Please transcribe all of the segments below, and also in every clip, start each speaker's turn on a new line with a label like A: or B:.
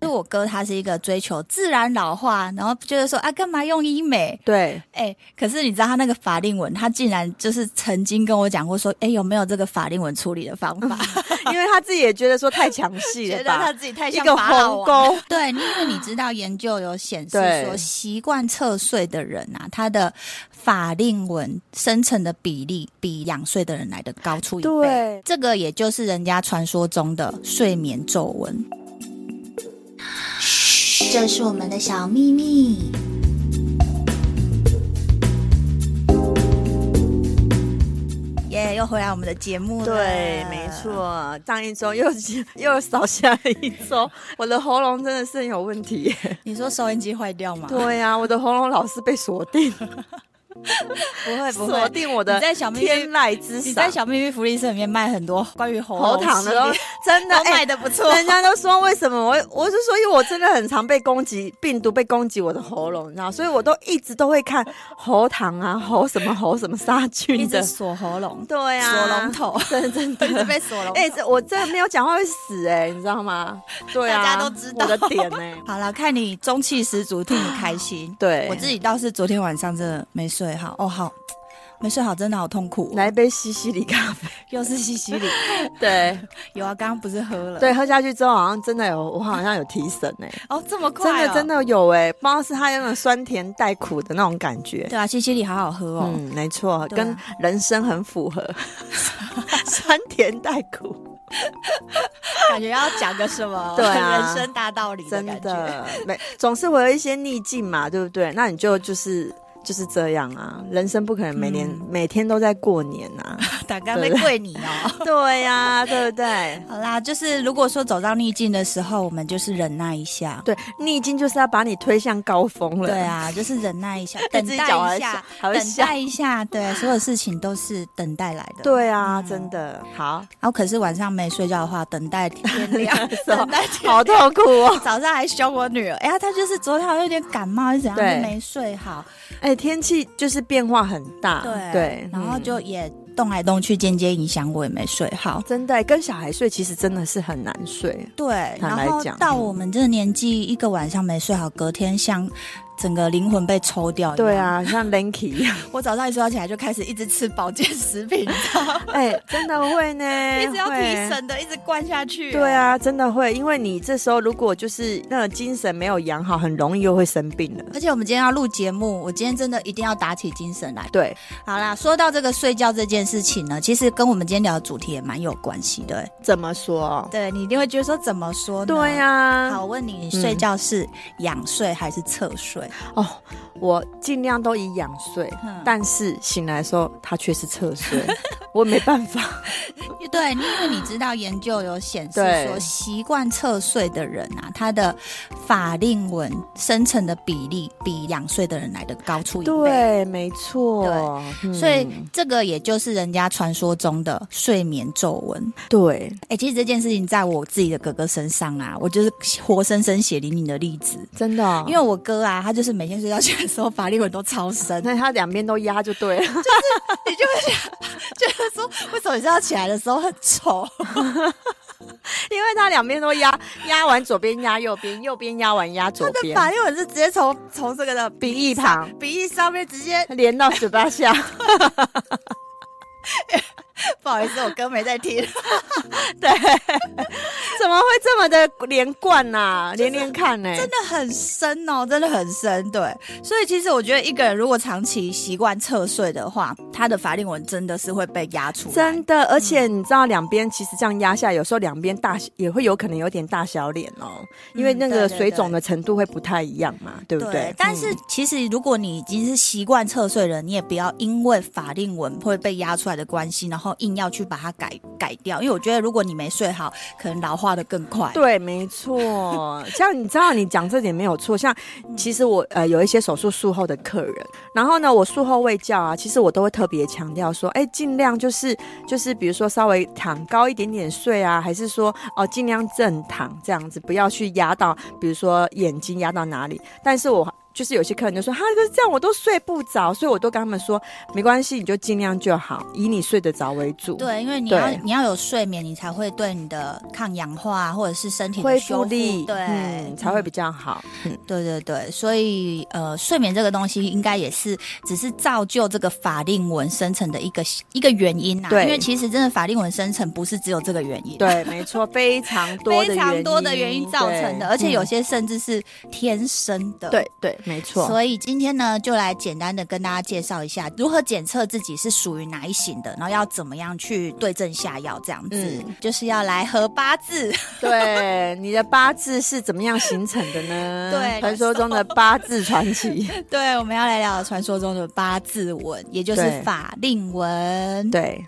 A: 就我哥 他是一个追求自然老化，然后就是说啊，干嘛用医美？
B: 对，
A: 哎、可是你知道他那个法令纹，他竟然就是曾经跟我讲过说，哎、有没有这个法令纹处理的方法？
B: 因为他自己也觉得说太强 势
A: 觉得
B: 了吧
A: 他，嗯自己太
B: 一
A: 像
B: 个
A: 法老
B: 鸿
A: 王
B: 沟。
A: 对，因为你知道研究有显示
B: 对
A: 说，习惯侧睡的人啊，他的法令纹生成的比例比仰睡的人来的高出一
B: 对
A: 倍。这个也就是人家传说中的睡眠皱纹。这是我们的小秘密。耶又回来我们的节目了。
B: 对，没。错，上一周又又少下了一周，我的喉咙真的是很有问题耶。
A: 你说收音机坏掉 吗？
B: 对呀、我的喉咙老是被锁定，
A: 不会不
B: 锁
A: 会。
B: 定我的
A: 你在小秘密
B: 天籁之
A: 你
B: 上。
A: 在小秘密福利社里面卖很多关于喉
B: 喉
A: 咙
B: 糖的
A: 系
B: 都
A: 列
B: 真的
A: 都
B: 哎
A: 卖的不 错。
B: 人家都说为什么我，我就说，因为我真的很常被攻击，病毒被攻击我的喉咙，你知道，所以我都一直都会看喉糖 啊，喉什么喉什么杀
A: 一
B: 菌的
A: 直，锁喉咙，
B: 对啊，
A: 锁龙， 头，
B: 真真
A: 一直
B: 的。
A: 被 锁龙头。
B: 哎、这我真的没有讲话会死哎、你知道吗？对啊，
A: 大家都知道
B: 我的点哎、。
A: 好了，看你中气十足，替你开心
B: 对
A: 我自己倒是昨天晚上真的没睡好，哦好，没睡好真的好痛苦哦、
B: 来一杯西西里咖啡，
A: 又是西 西里，
B: 对
A: 有啊，刚刚不是喝了？，
B: 对，喝下去之后好像真的有，我好像有提神哎、
A: 哦这么
B: 真
A: 快、
B: 的真。的有哎、不知道是它有那种酸甜带苦的那种感觉。
A: 对啊，西西里好好喝哦。
B: 嗯，没错，
A: 对啊
B: 跟人生很符合， 酸甜带苦，
A: 感觉要 讲个什么
B: 对啊
A: 人生大道理的
B: 真
A: 感觉。
B: 的没总是会有一些逆境嘛，对不对？那你就就是就是这样啊，人生不可能每年、
A: 嗯
B: 每天都在过年 啊，
A: 大概被跪你哦。
B: 对呀、对不对？
A: 好啦，就是如果说走到逆境的时候，我们就是忍耐一下。
B: 对，逆境就是要把你推向高峰了。
A: 对，啊，就是忍耐一下，
B: 自
A: 等
B: 己脚
A: 待
B: 还
A: 一下，
B: 还会
A: 等
B: 笑。
A: 待一下，对，所有事情都是等待来的。，
B: 对啊，
A: 嗯
B: 真的好，，
A: 然后可是晚上没睡觉的话，等待天亮 等待天
B: 好痛苦哦！
A: 早上还凶我女儿，哎呀，她就是昨天好像有点感冒，还是怎样，
B: 对
A: 就没睡好，
B: 哎，天气就是变化很大，
A: 对
B: 对，
A: 然后
B: 嗯
A: 就也动来动去，间接影响我也没睡好。
B: 真的跟小孩睡，其实真的是很难睡。
A: 对，
B: 坦
A: 然
B: 白
A: 后
B: 讲
A: 到我们这个年纪，一个晚上没睡好，隔天像整个灵魂被抽掉一样。
B: 对，啊，像 Lanky 一样，
A: 我早上一睡觉起来就开始一直吃保健食品，你知道 吗
B: 哎、真的会呢，
A: 一直要提
B: 会。
A: 神啊的，一直灌下去。
B: 对，啊，真的会，因为你这时候如果就是那个精神没有养好，很容易又会生病了。
A: 而且我们今天要录节目，我今天真的一定要打起精神来。
B: 对，
A: 好啦，说到这个睡觉这件事情呢，其实跟我们今天聊的主题也蛮有关系的、欸。
B: 怎么说？
A: 对你一定会觉得说怎么说呢？
B: 对、啊呀、
A: 好，我问你，你啊嗯睡觉是仰睡还是侧睡？
B: 哦，我尽量都以仰睡，
A: 嗯
B: 但是醒来的时候，他却是 侧睡，我没办法。
A: 对，因为你知道研究有显示
B: 对
A: 说，习惯侧睡的人啊，他的法令纹生成的比例比仰睡的人来的高出一倍。
B: 对，没错。嗯
A: 所以这个也就是人家传说中的睡眠皱纹。
B: 对，
A: 哎、其实这件事情在我自己的哥哥身上啊，我就是活生生血淋淋的例子。
B: 真的哦、
A: 因为我哥啊，他就是每天睡觉起来的时候，法令纹都超深，
B: 那他两边都压就对了。
A: 你就会觉得说，为什么你睡觉起来的时候很丑？
B: 因为他两边都压，压完左边压右边，右边压完压左
A: 他的
B: 边，
A: 法令纹是直接从从这个的
B: 鼻翼旁
A: 鼻翼上面直接，
B: 连到嘴巴下，
A: 不好意思，我哥没在听，
B: 对， 怎么会这么的连贯呐、连连看呢、
A: 真的很深哦，真的很深。对，所以其实我觉得一个人如果长期习惯侧睡的话，他的法令纹真的是会被压出来。
B: 真的，而且你知道两边其实这样压下来，有时候两边大也会有可能有点大小脸哦，因为
A: 嗯
B: 那个
A: 对对
B: 水肿的程度会不太一样嘛，对不嗯对？
A: 但是其实如果你已经是习惯侧睡了，你也不要因为法令纹会被压出来的关系，然后硬要去把它改改掉。因为我觉得如果你没睡好，可能老化的更快。
B: 对，没错。像你知道，你讲这点没有错。像
A: 嗯
B: 其实我呃有一些手术术后的客人，然后呢，我术后卫教啊，其实我都会特别强调说，哎，尽量就是就是比如说稍微躺高一点点睡啊，还是说哦、尽量正躺这样子，不要去压到，比如说眼睛压到哪里。但是我。就是有些客人就说哈，可是这样我都睡不着，所以我都跟他们说没关系，你就尽量就好，以你睡得着为主。
A: 对，因为你要
B: 对
A: 你要有睡眠，你才会对你的抗氧化或者是身体
B: 恢
A: 的修
B: 复
A: 复
B: 力
A: 对、
B: 嗯才会比较好。嗯
A: 对对对，所以呃，睡眠这个东西应该也是只是造就这个法令纹生成的一个一个原因呐、
B: 对
A: 因为其实真的法令纹生成不是只有这个原因，，
B: 对，没错，非常多的
A: 非常多的原因造成
B: 对
A: 的，而且有
B: 嗯
A: 些甚至是天生的。
B: 对对，没错。
A: 所以今天呢，就来简单的跟大家介绍一下如何检测自己是属于哪一型的，然后要怎么样去对症下药，这样子、
B: 嗯
A: 就是要来合八字。
B: 对，你的八字是怎么样形成的呢？
A: 对
B: 传说中的八字传 奇。
A: 对，我们要来聊传说中的八字纹，也就是
B: 对
A: 法令纹。
B: 对，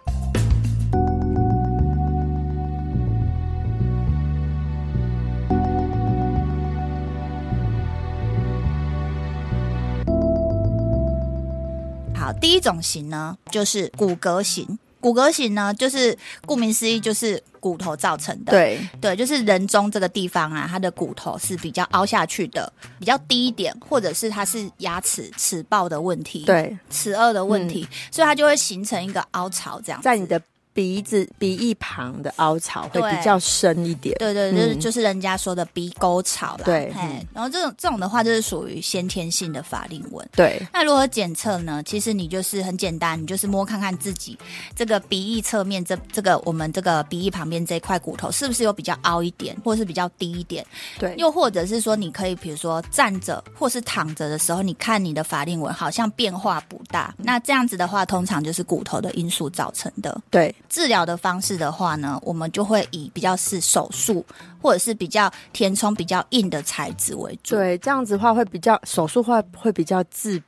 A: 好，第一种型呢，就是骨骼型。骨骼型呢，就是顾名思义，就是骨头造成的。
B: 对，
A: 对，就是人中这个地方啊，它的骨头是比较凹下去的，比较低一点，或者是它是牙齿齿爆的问题，，
B: 对，嗯
A: 齿颚的问题，所以它就会形成一个凹槽这样。
B: 在你的鼻子鼻翼旁的凹槽会
A: 对
B: 比较深一点。
A: 对对，就是、
B: 嗯
A: 就是人家说的鼻沟槽啦。
B: 对
A: 嘿
B: 嗯
A: 然后这种这种的话，就是属于先天性的法令纹。
B: 对，
A: 那如何检测呢？其实你就是很简单，你就是摸看看自己这个鼻翼侧面这这个我们这个鼻翼旁边这一块骨头是不是有比较凹一点，或是比较低一点，
B: 对，
A: 又或者是说你可以比如说站着或是躺着的时候，你看你的法令纹好像变化不大，那这样子的话，通常就是骨头的因素造成的。
B: 对，
A: 治疗的方式的话呢，我们就会以比较是手术或者是比较填充比较硬的材质为主。
B: 对，这样子的话会比较手术话会比较治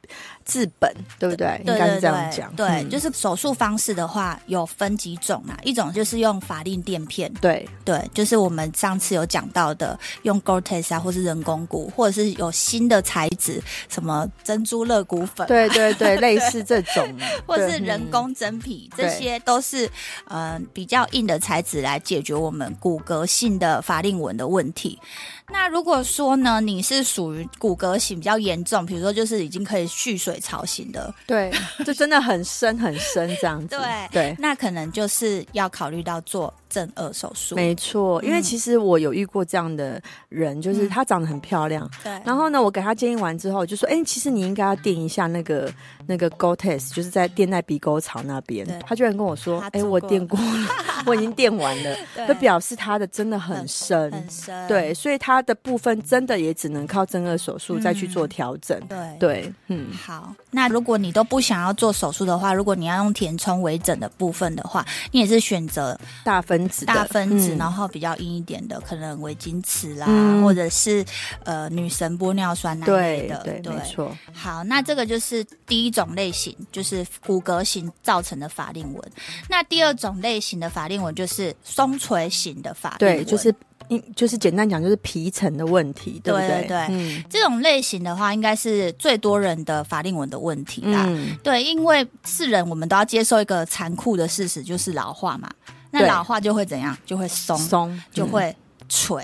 B: 治本，对不对？应该是这样讲。
A: 对，
B: 嗯
A: 就是手术方式的话，有分几种啦、一种就是用法令垫片，
B: 对
A: 对，就是我们上次有讲到的，用 Gore-Tex 啊，或是人工骨，或者是有新的材质，什么珍珠肋骨粉，，
B: 对对 对，类似这种，
A: 或是
B: 对嗯
A: 人工真皮，
B: 对
A: 这些都是呃比较硬的材质来解决我们骨骼性的法令纹的问题。那如果说呢，你是属于骨骼型比较严重，比如说就是已经可以蓄水槽型的，
B: 对，就真的很深很深这样子。
A: 对
B: 对，
A: 那可能就是要考虑到做正颚手术。
B: 没错，因为
A: 嗯
B: 其实我有遇过这样的人，就是
A: 嗯
B: 她长得很漂亮，
A: 对，
B: 然后呢，我给她建议完之后，我就说，哎、其实你应该要垫一下那个那个 g o t e s 就是在垫在鼻沟槽那边
A: 对。
B: 她居然跟我说
A: 她，
B: 哎、
A: 做
B: 我
A: 过
B: 垫过了， 我已经垫完了，
A: 对
B: 就表示她的真的很
A: 很
B: 深。
A: 很深，
B: 对，所以她的部分真的也只能靠正颌手术再去做
A: 嗯
B: 调整。
A: 对。
B: 对，嗯，
A: 好，那如果你都不想要做手术的话，如果你要用填充微整的部分的话，你也是选择
B: 大分子的
A: 大分子，
B: 嗯
A: 然后比较硬一点的，可能维金池啦，
B: 嗯
A: 或者是呃女神玻尿酸那一类的。
B: 对对，没错，
A: 好，那这个就是第一种类型，就是骨骼型造成的法令纹。那第二种类型的法令纹就是松垂型的法令
B: 对，
A: 纹，
B: 就是嗯，就是简单讲，就是皮层的问题，不
A: 对
B: 对？
A: 对对
B: 嗯
A: 这种类型的话，应该是最多人的法令纹的问题啦。
B: 嗯，
A: 对，因为是人，我们都要接受一个残酷的事实，就是老化嘛。那
B: 对
A: 老化就会怎样？就会松，
B: 松
A: 就
B: 嗯
A: 会垂，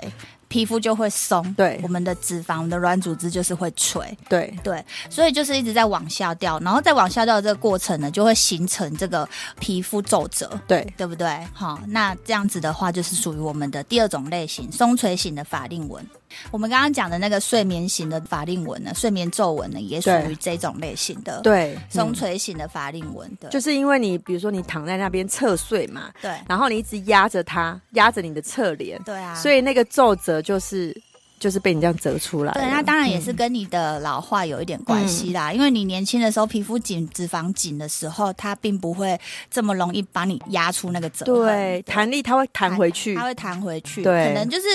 A: 皮肤就会松。
B: 对
A: 我们的脂肪、我们的软组织就是会垂，
B: 对
A: 对，所以就是一直在往下掉，然后再往下掉的这个过程呢，就会形成这个皮肤皱褶。
B: 对
A: 对不对？好，那这样子的话，就是属于我们的第二种类型——松垂型的法令纹。我们刚刚讲的那个睡眠型的法令纹呢，睡眠皱纹呢，也属
B: 对
A: 于这种类型的，，
B: 对，
A: 松
B: 嗯
A: 垂型的法令纹的，
B: 就是因为你比如说你躺在那边侧睡嘛，
A: 对，
B: 然后你一直压着它，压着你的侧脸，
A: 对啊，
B: 所以那个皱褶就是就是被你这样折出来了。
A: 对，那当然也
B: 嗯
A: 是跟你的老化有一点关系啦，因为你年轻的时候皮肤紧、脂肪紧的时候，它并不会这么容易把你压出那个折痕，
B: 对，弹力它会弹回去
A: 它，会弹回去，
B: 对
A: 可能就是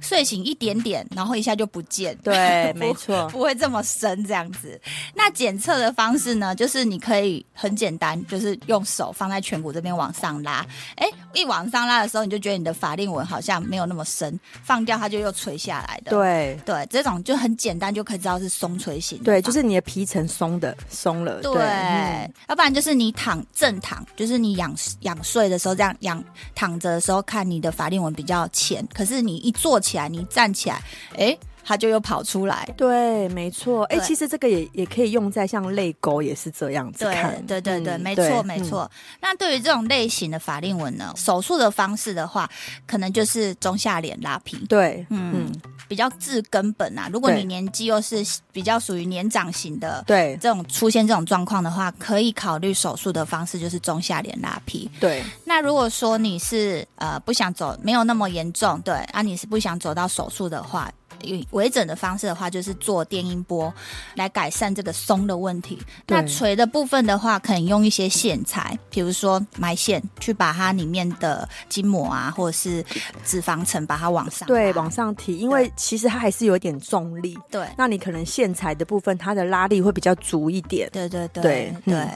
A: 睡醒一点点，然后一下就不见，
B: 对，
A: 不
B: 没错，
A: 不会这么深这样子。那检测的方式呢，就是你可以很简单，就是用手放在颧骨这边往上拉，哎，一往上拉的时候，你就觉得你的法令纹好像没有那么深，放掉它就又垂下来的，
B: 对。
A: 对，这种就很简单就可以知道是松垂型的
B: 对，
A: 方
B: 就是你的皮层松的松了，
A: 对，
B: 嗯
A: 要不然就是你躺正躺，就是你仰仰睡的时候，这样仰躺着的时候，看你的法令纹比较浅，可是你一坐起来，你一站起来，哎，它就又跑出来。
B: 对，没错。哎，
A: 对
B: 其实这个也也可以用在像泪沟也是这样子
A: 对
B: 看，
A: 对对对，
B: 嗯
A: 没错没。错。那对于这种类型的法令纹呢，手术的方式的话，可能就是中下脸拉
B: 嗯
A: 皮，
B: 对，
A: 嗯，
B: 嗯，
A: 比较治根本啊。如果你
B: 对
A: 年纪又是比较属于年长型的，
B: 对
A: 这种出现这种状况的话，可以考虑手术的方式就是中下脸拉皮。
B: 对
A: 那如果说你是呃不想走，没有那么严重，对啊，你是不想走到手术的话。以微整的方式的话，就是做电音波来改善这个松的问题。
B: 对
A: 那垂的部分的话，可能用一些线材，比如说埋线，去把它里面的筋膜啊，或者是脂肪层，把它往上拉。
B: 对，往上提，因为其实它还是有一点重力，
A: 对
B: 那你可能线材的部分，它的拉力会比较足一点。
A: 对对对
B: 对
A: 对
B: 嗯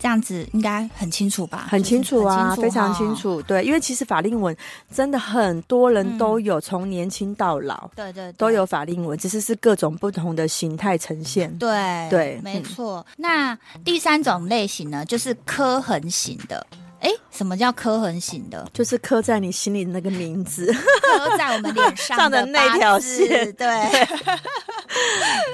A: 这样子应该很清楚吧？
B: 很
A: 就是
B: 清楚啊，
A: 很
B: 非常
A: 哈
B: 清。楚。对，因为其实法令纹真的很多人都有，从、年轻到老
A: 对对对
B: 都有法令纹，只是是各种不同的形态呈现。
A: 对
B: 对
A: 没
B: 嗯？
A: 错。那第三种类型呢，就是刻痕型的。哎，什么叫刻痕型的
B: 就是刻在你心里的那个名字，
A: 刻在我们脸上
B: 上的
A: 的
B: 那
A: 八
B: 条
A: 字
B: 线
A: 对，它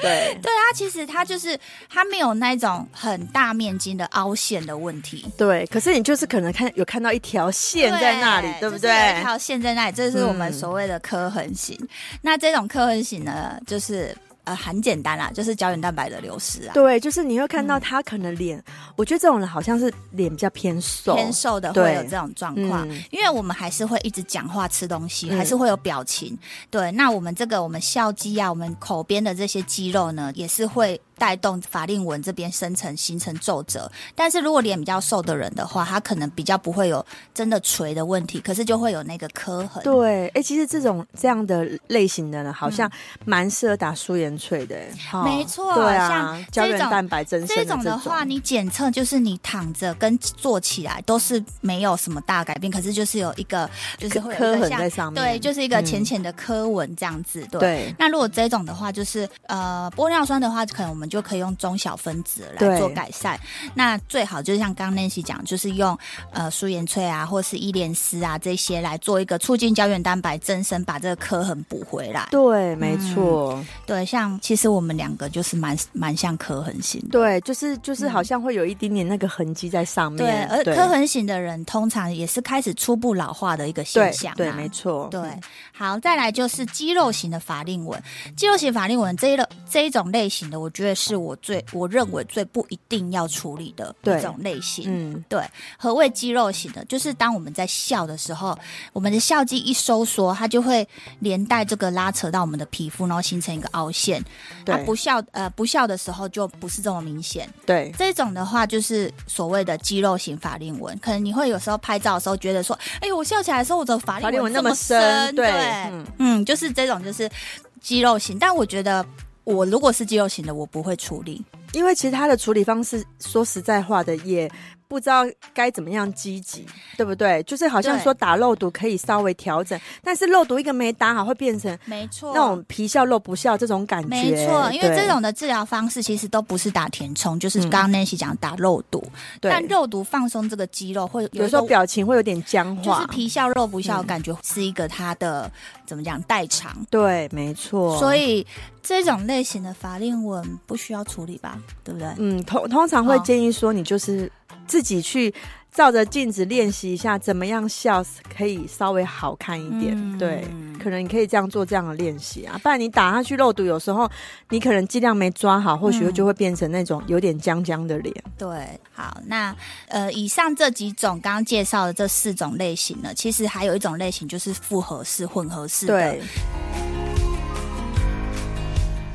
B: 对
A: 其实它就是它没有那种很大面积的凹陷的问题。
B: 对。可是你就是可能看有看到一条线在那里，对不对
A: 就是？有一条线在那里，这是我们
B: 嗯
A: 所谓的刻痕型。那这种刻痕型呢，就是呃很简单啦，就是胶原蛋白的流失啊。
B: 对，就是你会看到他可能脸，我觉得这种人好像是脸比较偏瘦，
A: 偏瘦的
B: 对
A: 会有这种状况，
B: 嗯
A: 因为我们还是会一直讲话、吃东西，
B: 嗯
A: 还是会有表情。对，那我们这个我们笑肌啊，我们口边的这些肌肉呢，也是会带动法令纹这边生成形成皱褶。但是如果脸比较瘦的人的话，他可能比较不会有真的垂的问题，可是就会有那个磕痕。
B: 对，哎、其实这种这样的类型的人，好像蛮适合打舒颜萃的、诶哈
A: 嗯没错
B: 对啊
A: 像，
B: 胶
A: 这
B: 原
A: 种
B: 蛋白增生
A: 这
B: 种
A: 种的话，你检测就是你躺着跟坐起来都是没有什么大改变，可是就是有一个就是会有一
B: 磕
A: 个
B: 痕
A: 像
B: 在上面，
A: 对，就是一个浅
B: 嗯
A: 浅的磕纹这样子，对。
B: 对
A: 那如果这种的话，就是呃玻尿酸的话，可能我们就可以用中小分子
B: 对
A: 来做改善。那最好就是像刚刚 Nancy 讲，就是用呃舒颜萃啊，或是伊莲丝啊这些来做一个促进胶原蛋白增生，把这个磕痕补回来。
B: 对，没错、
A: 对，像其实我们两个就是蛮蛮像磕痕型的。
B: 对，就是就是好
A: 嗯
B: 像会有一点点那个痕迹在上
A: 对，
B: 面，
A: 而磕痕型的人通常也是开始初步老化的一个现
B: 对
A: 象、啊
B: 对，没错，
A: 对，好，再来就是肌肉型的法令纹。肌肉型法令纹这一类这一种类型的，我觉得是我最我认为最不一定要处理的
B: 对
A: 一种类型。
B: 嗯，
A: 何谓肌肉型的？就是当我们在笑的时候，我们的笑肌一收缩，它就会连带这个拉扯到我们的皮肤，然后形成一个凹陷。它
B: 对
A: 不笑呃不笑的时候就不是这么明显。
B: 对
A: 这种的话就是所谓的肌肉型法令纹，可能你会有时候拍照的时候觉得说，哎、我笑起来的时候我的法
B: 法
A: 令
B: 令
A: 纹
B: 纹那
A: 啊这
B: 么
A: 深，
B: 深，
A: 对，
B: 嗯
A: 嗯，就是这种就是肌肉型，但我觉得我如果是肌肉型的，我不会处理。
B: 因为其实它的处理方式，说实在话的，也不知道该怎么样积极，对不对？就是好像
A: 对
B: 说打肉毒可以稍微调整，但是肉毒一个没打好，会变成
A: 没错
B: 那种皮笑肉不笑这种感觉。
A: 哦没错，因为
B: 对
A: 这种的治疗方式其实都不是打填充，就是
B: 嗯
A: 刚刚 Nancy 讲打肉毒，但
B: 对，
A: 肉毒放松这个肌肉会
B: 有
A: 一
B: 时候
A: 个
B: 表情会有点僵
A: 就是
B: 化。
A: 皮笑肉不笑，
B: 嗯
A: 感觉是一个它的怎么讲代偿。
B: 对，没错。
A: 所
B: 以，
A: 以这种类型的法令纹不需要处理吧，对不对？
B: 嗯，通通常会
A: 哦
B: 建议说，你就是自己去照着镜子练习一下，怎么样笑可以稍微好看一点。对，
A: 嗯
B: 可能你可以这样做这样的练习啊，不然你打下去肉毒，有时候你可能剂量没抓好，或许
A: 嗯
B: 就会变成那种有点僵僵的脸。
A: 对，好，那呃，以上这几种刚刚介绍的这四种类型呢，其实还有一种类型就是复合式、混合式的。
B: 对，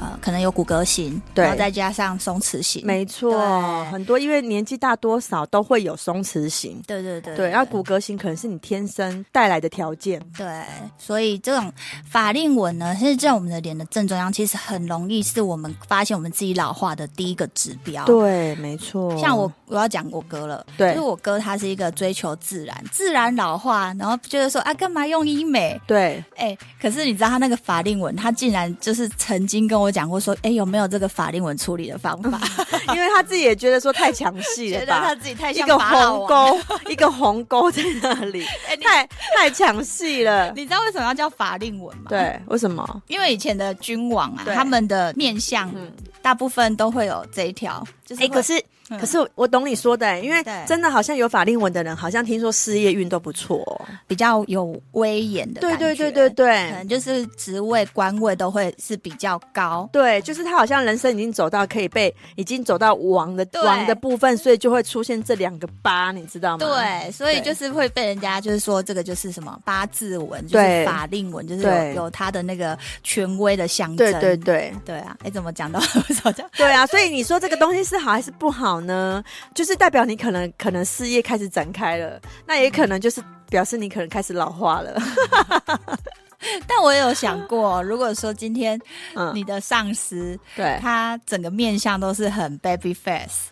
A: 呃，可能有骨骼型，
B: 对
A: 然后再加上松弛型，
B: 没错，
A: 对
B: 很多因为年纪大多少都会有松弛型，
A: 对对对
B: 对，然后骨骼型可能是你天生带来的条件。
A: 对，所以这种法令纹呢，是在我们的脸的正中央，其实很容易是我们发现我们自己老化的第一个指标。。
B: 对，没错。
A: 像我，我要讲我哥了，
B: 对
A: 就是我哥他是一个追求自然、自然老化，然后就是说啊，干嘛用医美？
B: 对
A: 哎、可是你知道他那个法令纹，他竟然就是曾经跟我讲过说，哎、有没有这个法令纹处理的方法？
B: 因为他 自己也觉得说太详细
A: 觉
B: 了
A: 得
B: 吧
A: 他。自己太
B: 一
A: 像
B: 个
A: 法老
B: 鸿
A: 王。哎
B: 沟， 一个鸿沟在那 里，太太详细了。
A: 你知道为什么要叫法令纹吗？，
B: 对，为什么？
A: 因为以前的君王啊，
B: 对
A: 他们的面相
B: 嗯
A: 大部分都会有这一条，就是
B: 哎、
A: 会、
B: 可是、
A: 嗯
B: 可是我我懂你说的、欸因为
A: 对
B: 真的好像有法令纹的人，好像听说事业运都不错、哦。
A: 比较有威严的感
B: 对
A: 觉。
B: 对对对
A: 可
B: 对
A: 能就是职位官位都会是比较高。
B: 对，就是他好像人生已经走到可以被已经走到王的
A: 对
B: 王的部分，所以就会出现这两个疤，你知道吗？
A: 对，所以
B: 嗯
A: 就
B: 对
A: 是会被人家就是说这个就是什么八字纹，就是
B: 对
A: 法令纹，就是
B: 对
A: 有有他的那个权威的象征。
B: 对对对。
A: 对啊！哎，怎么讲到我好像
B: 对啊，所以你说这个东西是好还是不好呢？就是代表你可能可能事业开始展开了，那也可能就是表示你可能开始老化 了。
A: 但我也有想过，如果说今天
B: 嗯，
A: 你的上司
B: 对，
A: 他整个面相都是很 baby face，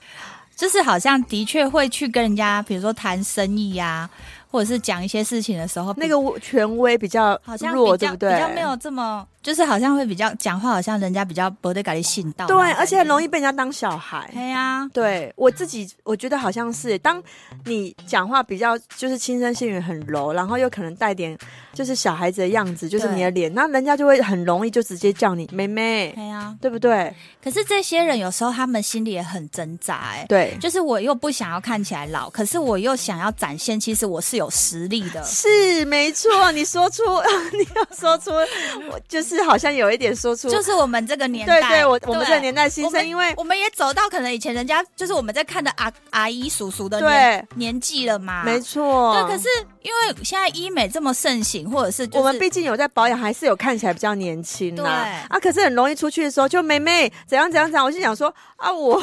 A: 就是好像的确会去跟人家，比如说谈生意呀、或者是讲一些事情的时候，
B: 那个权威比较
A: 好像
B: 弱，
A: 比
B: 对
A: 较
B: 不对？
A: 比较没有这么，就是好像会比较讲话，好像人家比较不得感觉信道。
B: 对，而且很容
A: 易。
B: 易被人家当小孩。
A: 对呀、
B: 对我自己，我觉得好像是，当你讲话比较就是轻声细语很柔，然后又可能带点就是小孩子的样子，就是
A: 对
B: 你的脸，那人家就会很容易就直接叫你妹妹，
A: 对呀、
B: 对不对？
A: 可是这些人有时候他们心里也很挣扎、哎，
B: 对，
A: 就是我又不想要看起来老，可是我又想要展现，其实我是有实力的。
B: 是没错，你说出 你要说出，我就是好像有一点说出，
A: 就是我们这个年代，
B: 对对，我我们这个年代新
A: 我
B: 生，
A: 们
B: 因为
A: 我们也走到可能以前人家就是我们在看的阿阿姨叔叔的年
B: 对，
A: 年纪了嘛。
B: 没错，
A: 对，可是因为现在医美这么盛行，或者是、就是、
B: 我们毕竟有在保养，还是有看起来比较年轻呐、啊。
A: 对
B: 可是很容易出去的时候，就妹妹怎样怎样怎样，我就想说啊，我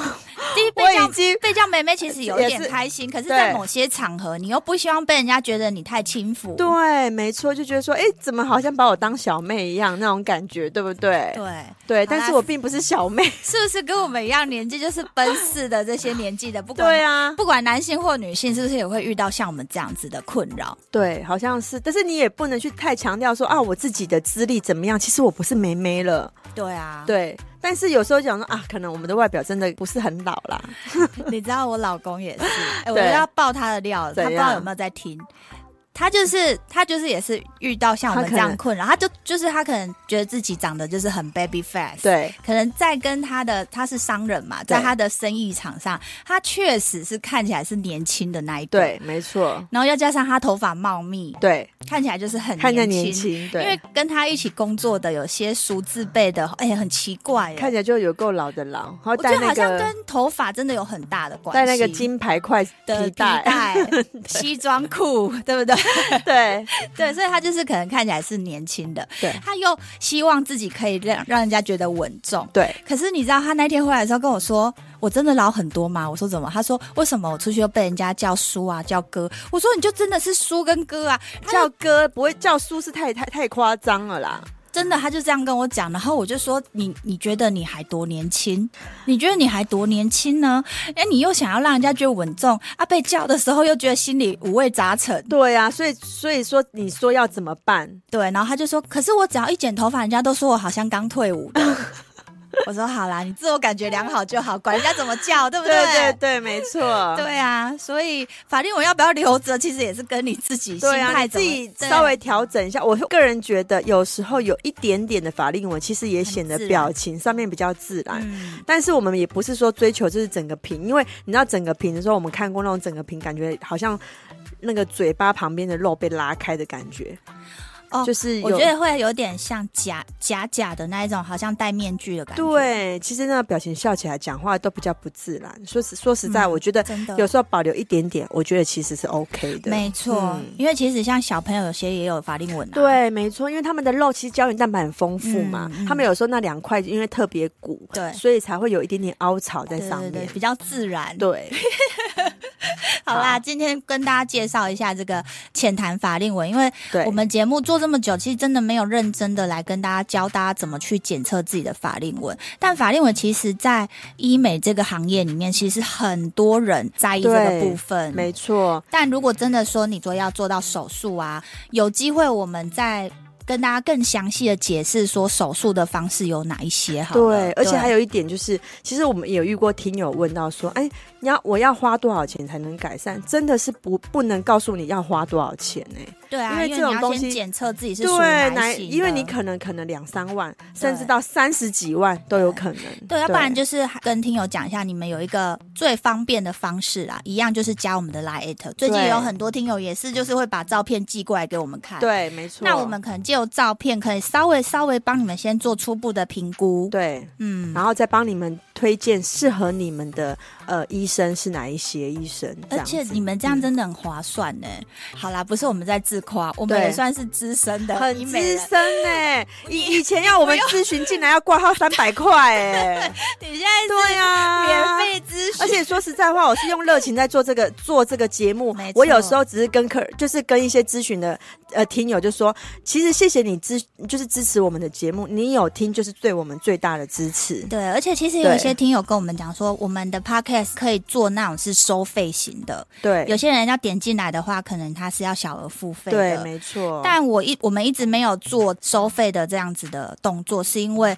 A: 第一被
B: 我
A: 叫
B: 已经
A: 被叫妹妹，其实有一点
B: 也是
A: 开心，可是，
B: 对
A: 在某些场合，你又不希望被人家觉得你太轻浮。
B: 对，没错，就觉得说，哎，怎么好像把我当小妹一样那种感觉，对不对？
A: 对
B: 对，
A: 好啦
B: 但是我并不是小妹。
A: 是不是跟我们一样年纪就是奔四的这些年纪的，不管
B: 对啊，
A: 不管男性或女性，是不是也会遇到像我们这样子的困扰？
B: 对，好像是，但是你也不能去太强调说啊，我自己的资历怎么样，其实我不是妹妹了。
A: 对啊，
B: 对，但是有时候讲说啊，可能我们的外表真的不是很老啦。
A: 你知道我老公也是，哎，我
B: 对
A: 又要爆他的料了，他
B: 怎
A: 不
B: 样
A: 知道有没有在听。他就是他就是也是遇到像我们
B: 他
A: 这
B: 可能
A: 样困扰，他就就是他可能觉得自己长得就是很 baby face，
B: 对，
A: 可能在跟他的他是商人嘛，
B: 对
A: 在他的生意场上，他确实是看起来是年轻的那一个。
B: 对，没错，
A: 然后又加上他头发茂密，
B: 对，
A: 看起来就是很
B: 看起来年
A: 年轻。
B: 轻，
A: 因
B: 对
A: 为，跟他一起工作的有些熟字辈的，哎呀，很奇怪耶。
B: 看起来就有够老的老，然后
A: 我觉
B: 戴
A: 得
B: 那
A: 好像
B: 个
A: 跟头发真的有很大的关系。
B: 戴那个金牌块
A: 的
B: 皮
A: 皮
B: 带，
A: 带、西装 裤，对不对？
B: 对
A: 对，所以他就是可能看起来是年轻的，
B: 对
A: 他又希望自己可以让让人家觉得稳重。
B: 对，
A: 可是你知道他那天回来的时候跟我说：“我真的老很多吗？”我说：“怎么？”他说：“为什么我出去又被人家叫叔啊，叫哥？”我说：“你就真的是叔跟哥啊！”他
B: 叫
A: 就
B: 哥不会叫叔是太太太夸张了啦。
A: 真的，他就这样跟我讲。然后我就说：“你你觉得你还多年 轻？你觉得你还多年轻呢？哎，你又想要让人家觉得稳重啊，被叫的时候又觉得心里五味杂陈。
B: 对呀、所以所以说你说要怎么办？
A: 对，然后他就说：‘可是我只要一剪头发，人家都说我好像刚退伍的。’我说好啦，你自我感觉良好就好，管人家怎么叫，对不
B: 对对对，没错，
A: 对啊，所以法令纹要不要留着，其实也是跟你自己心
B: 对啊，
A: 态
B: 你
A: 怎
B: 自
A: 么、
B: 己
A: 对
B: 稍微调整一下。我个人觉得，有时候有一点点的法令纹，其实也显得
A: 很自然
B: 表情上面比较自然。
A: 嗯
B: 但是我们也不是说追求就是整个屏，因为你知道整个屏的时候，我们看过那种整个屏，感觉好像那个嘴巴旁边的肉被拉开的感觉。
A: 哦
B: 就是
A: 我
B: 有
A: 觉得会有点像假假假的那一种，好像戴面具的感觉。，
B: 对，其实那个表情笑起来、讲话都比较不自然。说实说实在，
A: 嗯
B: 我觉得
A: 真的
B: 有时候保留一点点，我觉得其实是 OK 的。
A: 没错、
B: 嗯
A: 因为其实像小朋友有些也有法令纹啊。
B: 对，没错，因为他们的肉其实胶原蛋白很丰富嘛，
A: 嗯嗯
B: 他们有时候那两块因为特别鼓，
A: 对
B: 所以才会有一点点凹槽在
A: 对
B: 上
A: 对
B: 面。
A: 对，比较自然。
B: 对，
A: 好啦，
B: 好
A: 今天跟大家介绍一下这个浅谈法令纹，因为
B: 对
A: 我们节目做这么久，其实真的没有认真的来跟大家教大家怎么去检测自己的法令纹。但法令纹其实在医美这个行业里面，其实很多人在意这个
B: 对
A: 部分。
B: 没错，
A: 但如果真的说你说要做到手术啊，有机会我们再跟大家更详细的解释说手术的方式有哪一些好了。
B: 对，而且还
A: 有
B: 有一点就是，其实我们也有遇过听友问到说，哎，你要我要花多少钱才能改善？真的是不不能告诉你要花多少钱呢、
A: 对啊，因
B: 因为这种
A: 你要
B: 东
A: 先
B: 西
A: 检测自己是属于
B: 对，
A: 哪一型的
B: 因为你可能可能两三万，甚至到三十几万都有可能。
A: 对，要不然就是跟听友讲一下，你们有一个最方便的方式啦，一样就是加我们的 Lite。最近
B: 对
A: 有很多听友也是，就是会把照片寄过来给我们看。，
B: 对，没错。
A: 那我们可能借由照片，可以稍微稍微帮你们先做初步的评估。，
B: 对
A: 嗯
B: 然。后再帮你们推荐适合你们的呃医生是哪一些医生，这
A: 而
B: 样
A: 且
B: 子嗯
A: 你们这样真的很划算呢、好啦，不是我们在自夸，我们
B: 对
A: 也算是资深的医
B: 很
A: 美
B: 资
A: 人。
B: 深哎、 以以前要我们咨询进来要挂号三百 块哎，
A: 你现在
B: 对呀、
A: 免。费咨 询，
B: 而且说实在话，我是用热情在做这个做这个节目
A: 没。错
B: 我有时候只是跟客，就是跟一些咨询的呃听友就说，其实谢谢你支，就是支持我们的节目，你有听就是对我们最大的支持。
A: 对，而且其实有一
B: 对
A: 些听友跟我们讲说，我们的 podcast 可以做那种是收费型的，
B: 对，
A: 有些人要点进来的话，可能他是要小额付费
B: 对，
A: 的。
B: 没错。
A: 但我一我们一直没有做收费的这样子的动作，是因为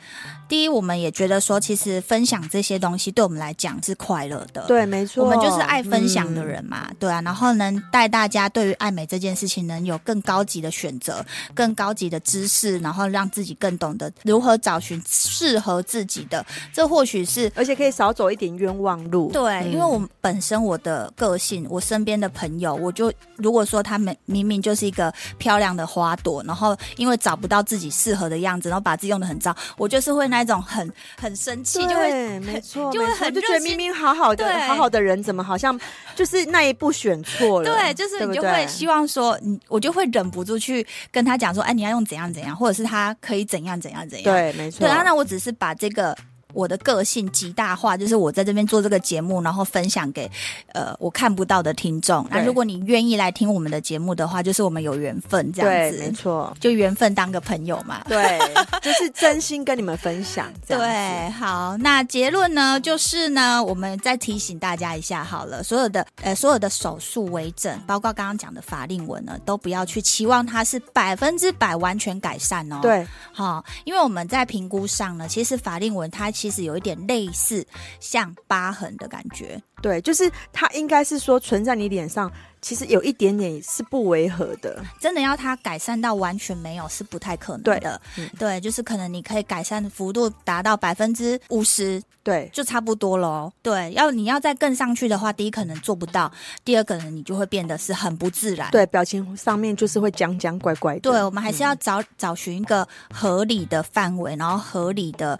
A: 第一，我们也觉得说，其实分享这些东西对我们来讲是快乐的。
B: 对，没错，
A: 我们就是爱分享的
B: 嗯
A: 人嘛，对啊，然后能带大家对于爱美这件事情能有更高级的选择、更高级的知识，然后让自己更懂得如何找寻适合自己的，这或许是。
B: 而且可以少走一点冤枉路。
A: 对，
B: 嗯
A: 因为我本身我的个性，我身边的朋友，我就如果说他们明明就是一个漂亮的花朵，然后因为找不到自己适合的样子，然后把自己用的很糟，我就是会那一种很很生气，就会
B: 对，没错，
A: 就会
B: 没错
A: 很
B: 就觉得
A: 热心
B: 明明好好的
A: 对
B: 好好的人，怎么好像就是那一步选错了？
A: 对，就是你
B: 不
A: 就
B: 对
A: 会希望说，你我就会忍不住去跟他讲说，哎，你要用怎样怎样，或者是他可以怎样怎样怎样。
B: 对，没错。
A: 对啊，那我只是把这个。我的个性极大化，就是我在这边做这个节目，然后分享给呃我看不到的听众。那
B: 对
A: 如果你愿意来听我们的节目的话，就是我们有缘分这
B: 对，
A: 样
B: 没
A: 子，
B: 错，
A: 就缘分当个朋友 嘛。
B: 对，就是真心跟你们分 享。这样子
A: 对，好，那结论呢，就是呢，我们再提醒大家一下好了，所有的呃，所有的手术微整，包括刚刚讲的法令纹呢，都不要去期望它是百分之百完全改善哦。，
B: 对
A: 好、因为我们在评估上呢，其实法令纹它其实有一点类似像疤痕的感觉，
B: 对，就是它应该是说存在你脸上，其实有一点点是不违和的。
A: 真的要它改善到完全没有是不太可能
B: 对
A: 的。
B: 嗯
A: 对，就是可能你可以改善幅度达到百分之五十
B: 对，
A: 就差不多喽。对，要你要再更上去的话，第一可能做不到，第二可能你就会变得是很不自然。
B: 对，表情上面就是会僵僵怪怪的。
A: 对，我们还
B: 嗯
A: 是要找、找寻一个合理的范围，然后合理的。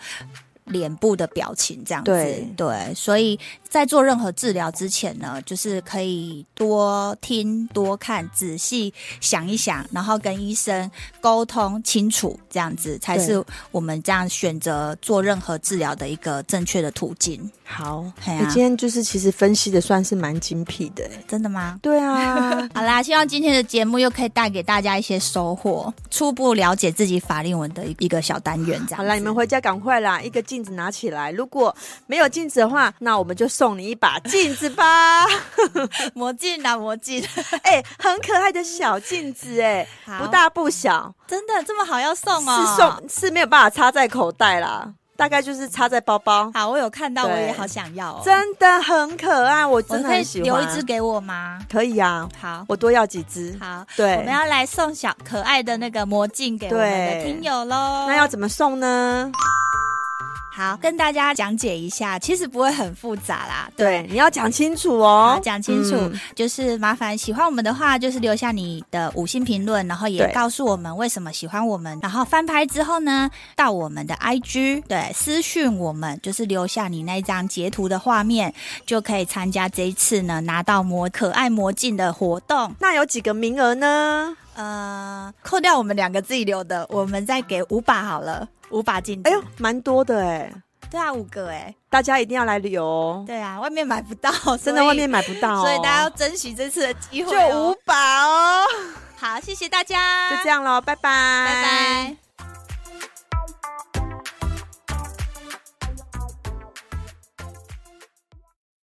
A: 脸部的表情这样子，
B: 对
A: 对，所以在做任何治疗之前呢，就是可以多听、多看、仔细想一想，然后跟医生沟通清楚，这样子才是
B: 对
A: 我们这样选择做任何治疗的一个正确的途径。
B: 好，
A: 嘿啊
B: 你今天就是其实分析的算是蛮精辟的。哎
A: 真的吗？
B: 对啊，
A: 好啦，希望今天的节目又可以带给大家一些收获，初步了解自己法令纹的一个小单元。这样子
B: 好啦，你们回家赶快啦，一个镜子拿起来。如果没有镜子的话，那我们就送你一把镜子 吧。
A: 魔镜啦，魔镜，
B: 哎、很可爱的小镜子、
A: 好
B: 哎，不大不小，
A: 真的这么好要送哦？
B: 是送是没有办法插在口袋啦。大概就是插在包包，
A: 好，我有看到，我
B: 对
A: 也好想要、哦。
B: 真的很可爱，我
A: 我
B: 真的
A: 可以
B: 很喜
A: 留
B: 欢。
A: 一只给我吗？
B: 可以啊，
A: 好，
B: 我多要几只。
A: 好，
B: 对
A: 我们要来送小可爱的那个魔镜给我们的
B: 对
A: 听友喽。
B: 那要怎么送呢？
A: 好跟大家讲解一下，其实不会很复杂啦。
B: 对，你要讲清楚
A: 好，
B: 哦，
A: 讲清楚，
B: 嗯
A: 就是麻烦喜欢我们的话，就是留下你的五星评论，然后也
B: 对
A: 告诉我们为什么喜欢我们。然后翻拍之后呢，到我们的 IG 对私讯我们，就是留下你那一张截图的画面，就可以参加这一次呢拿到魔可爱魔镜的活动。
B: 那有几个名额呢？
A: 呃，扣掉我们两个自己留的，我们再给五把好了，五把镜。
B: 哎呦，，蛮多的哎，
A: 对啊，五个哎、
B: 大家一定要来旅游哦，
A: 对啊，外面买不 到，
B: 真
A: 所
B: 的
A: 以
B: 外面买不到哦，
A: 所以大家要珍惜这次的机会、
B: 就
A: 哦。
B: 五把哦，
A: 好，谢谢大家，
B: 就这，样喽，拜拜，
A: 拜拜。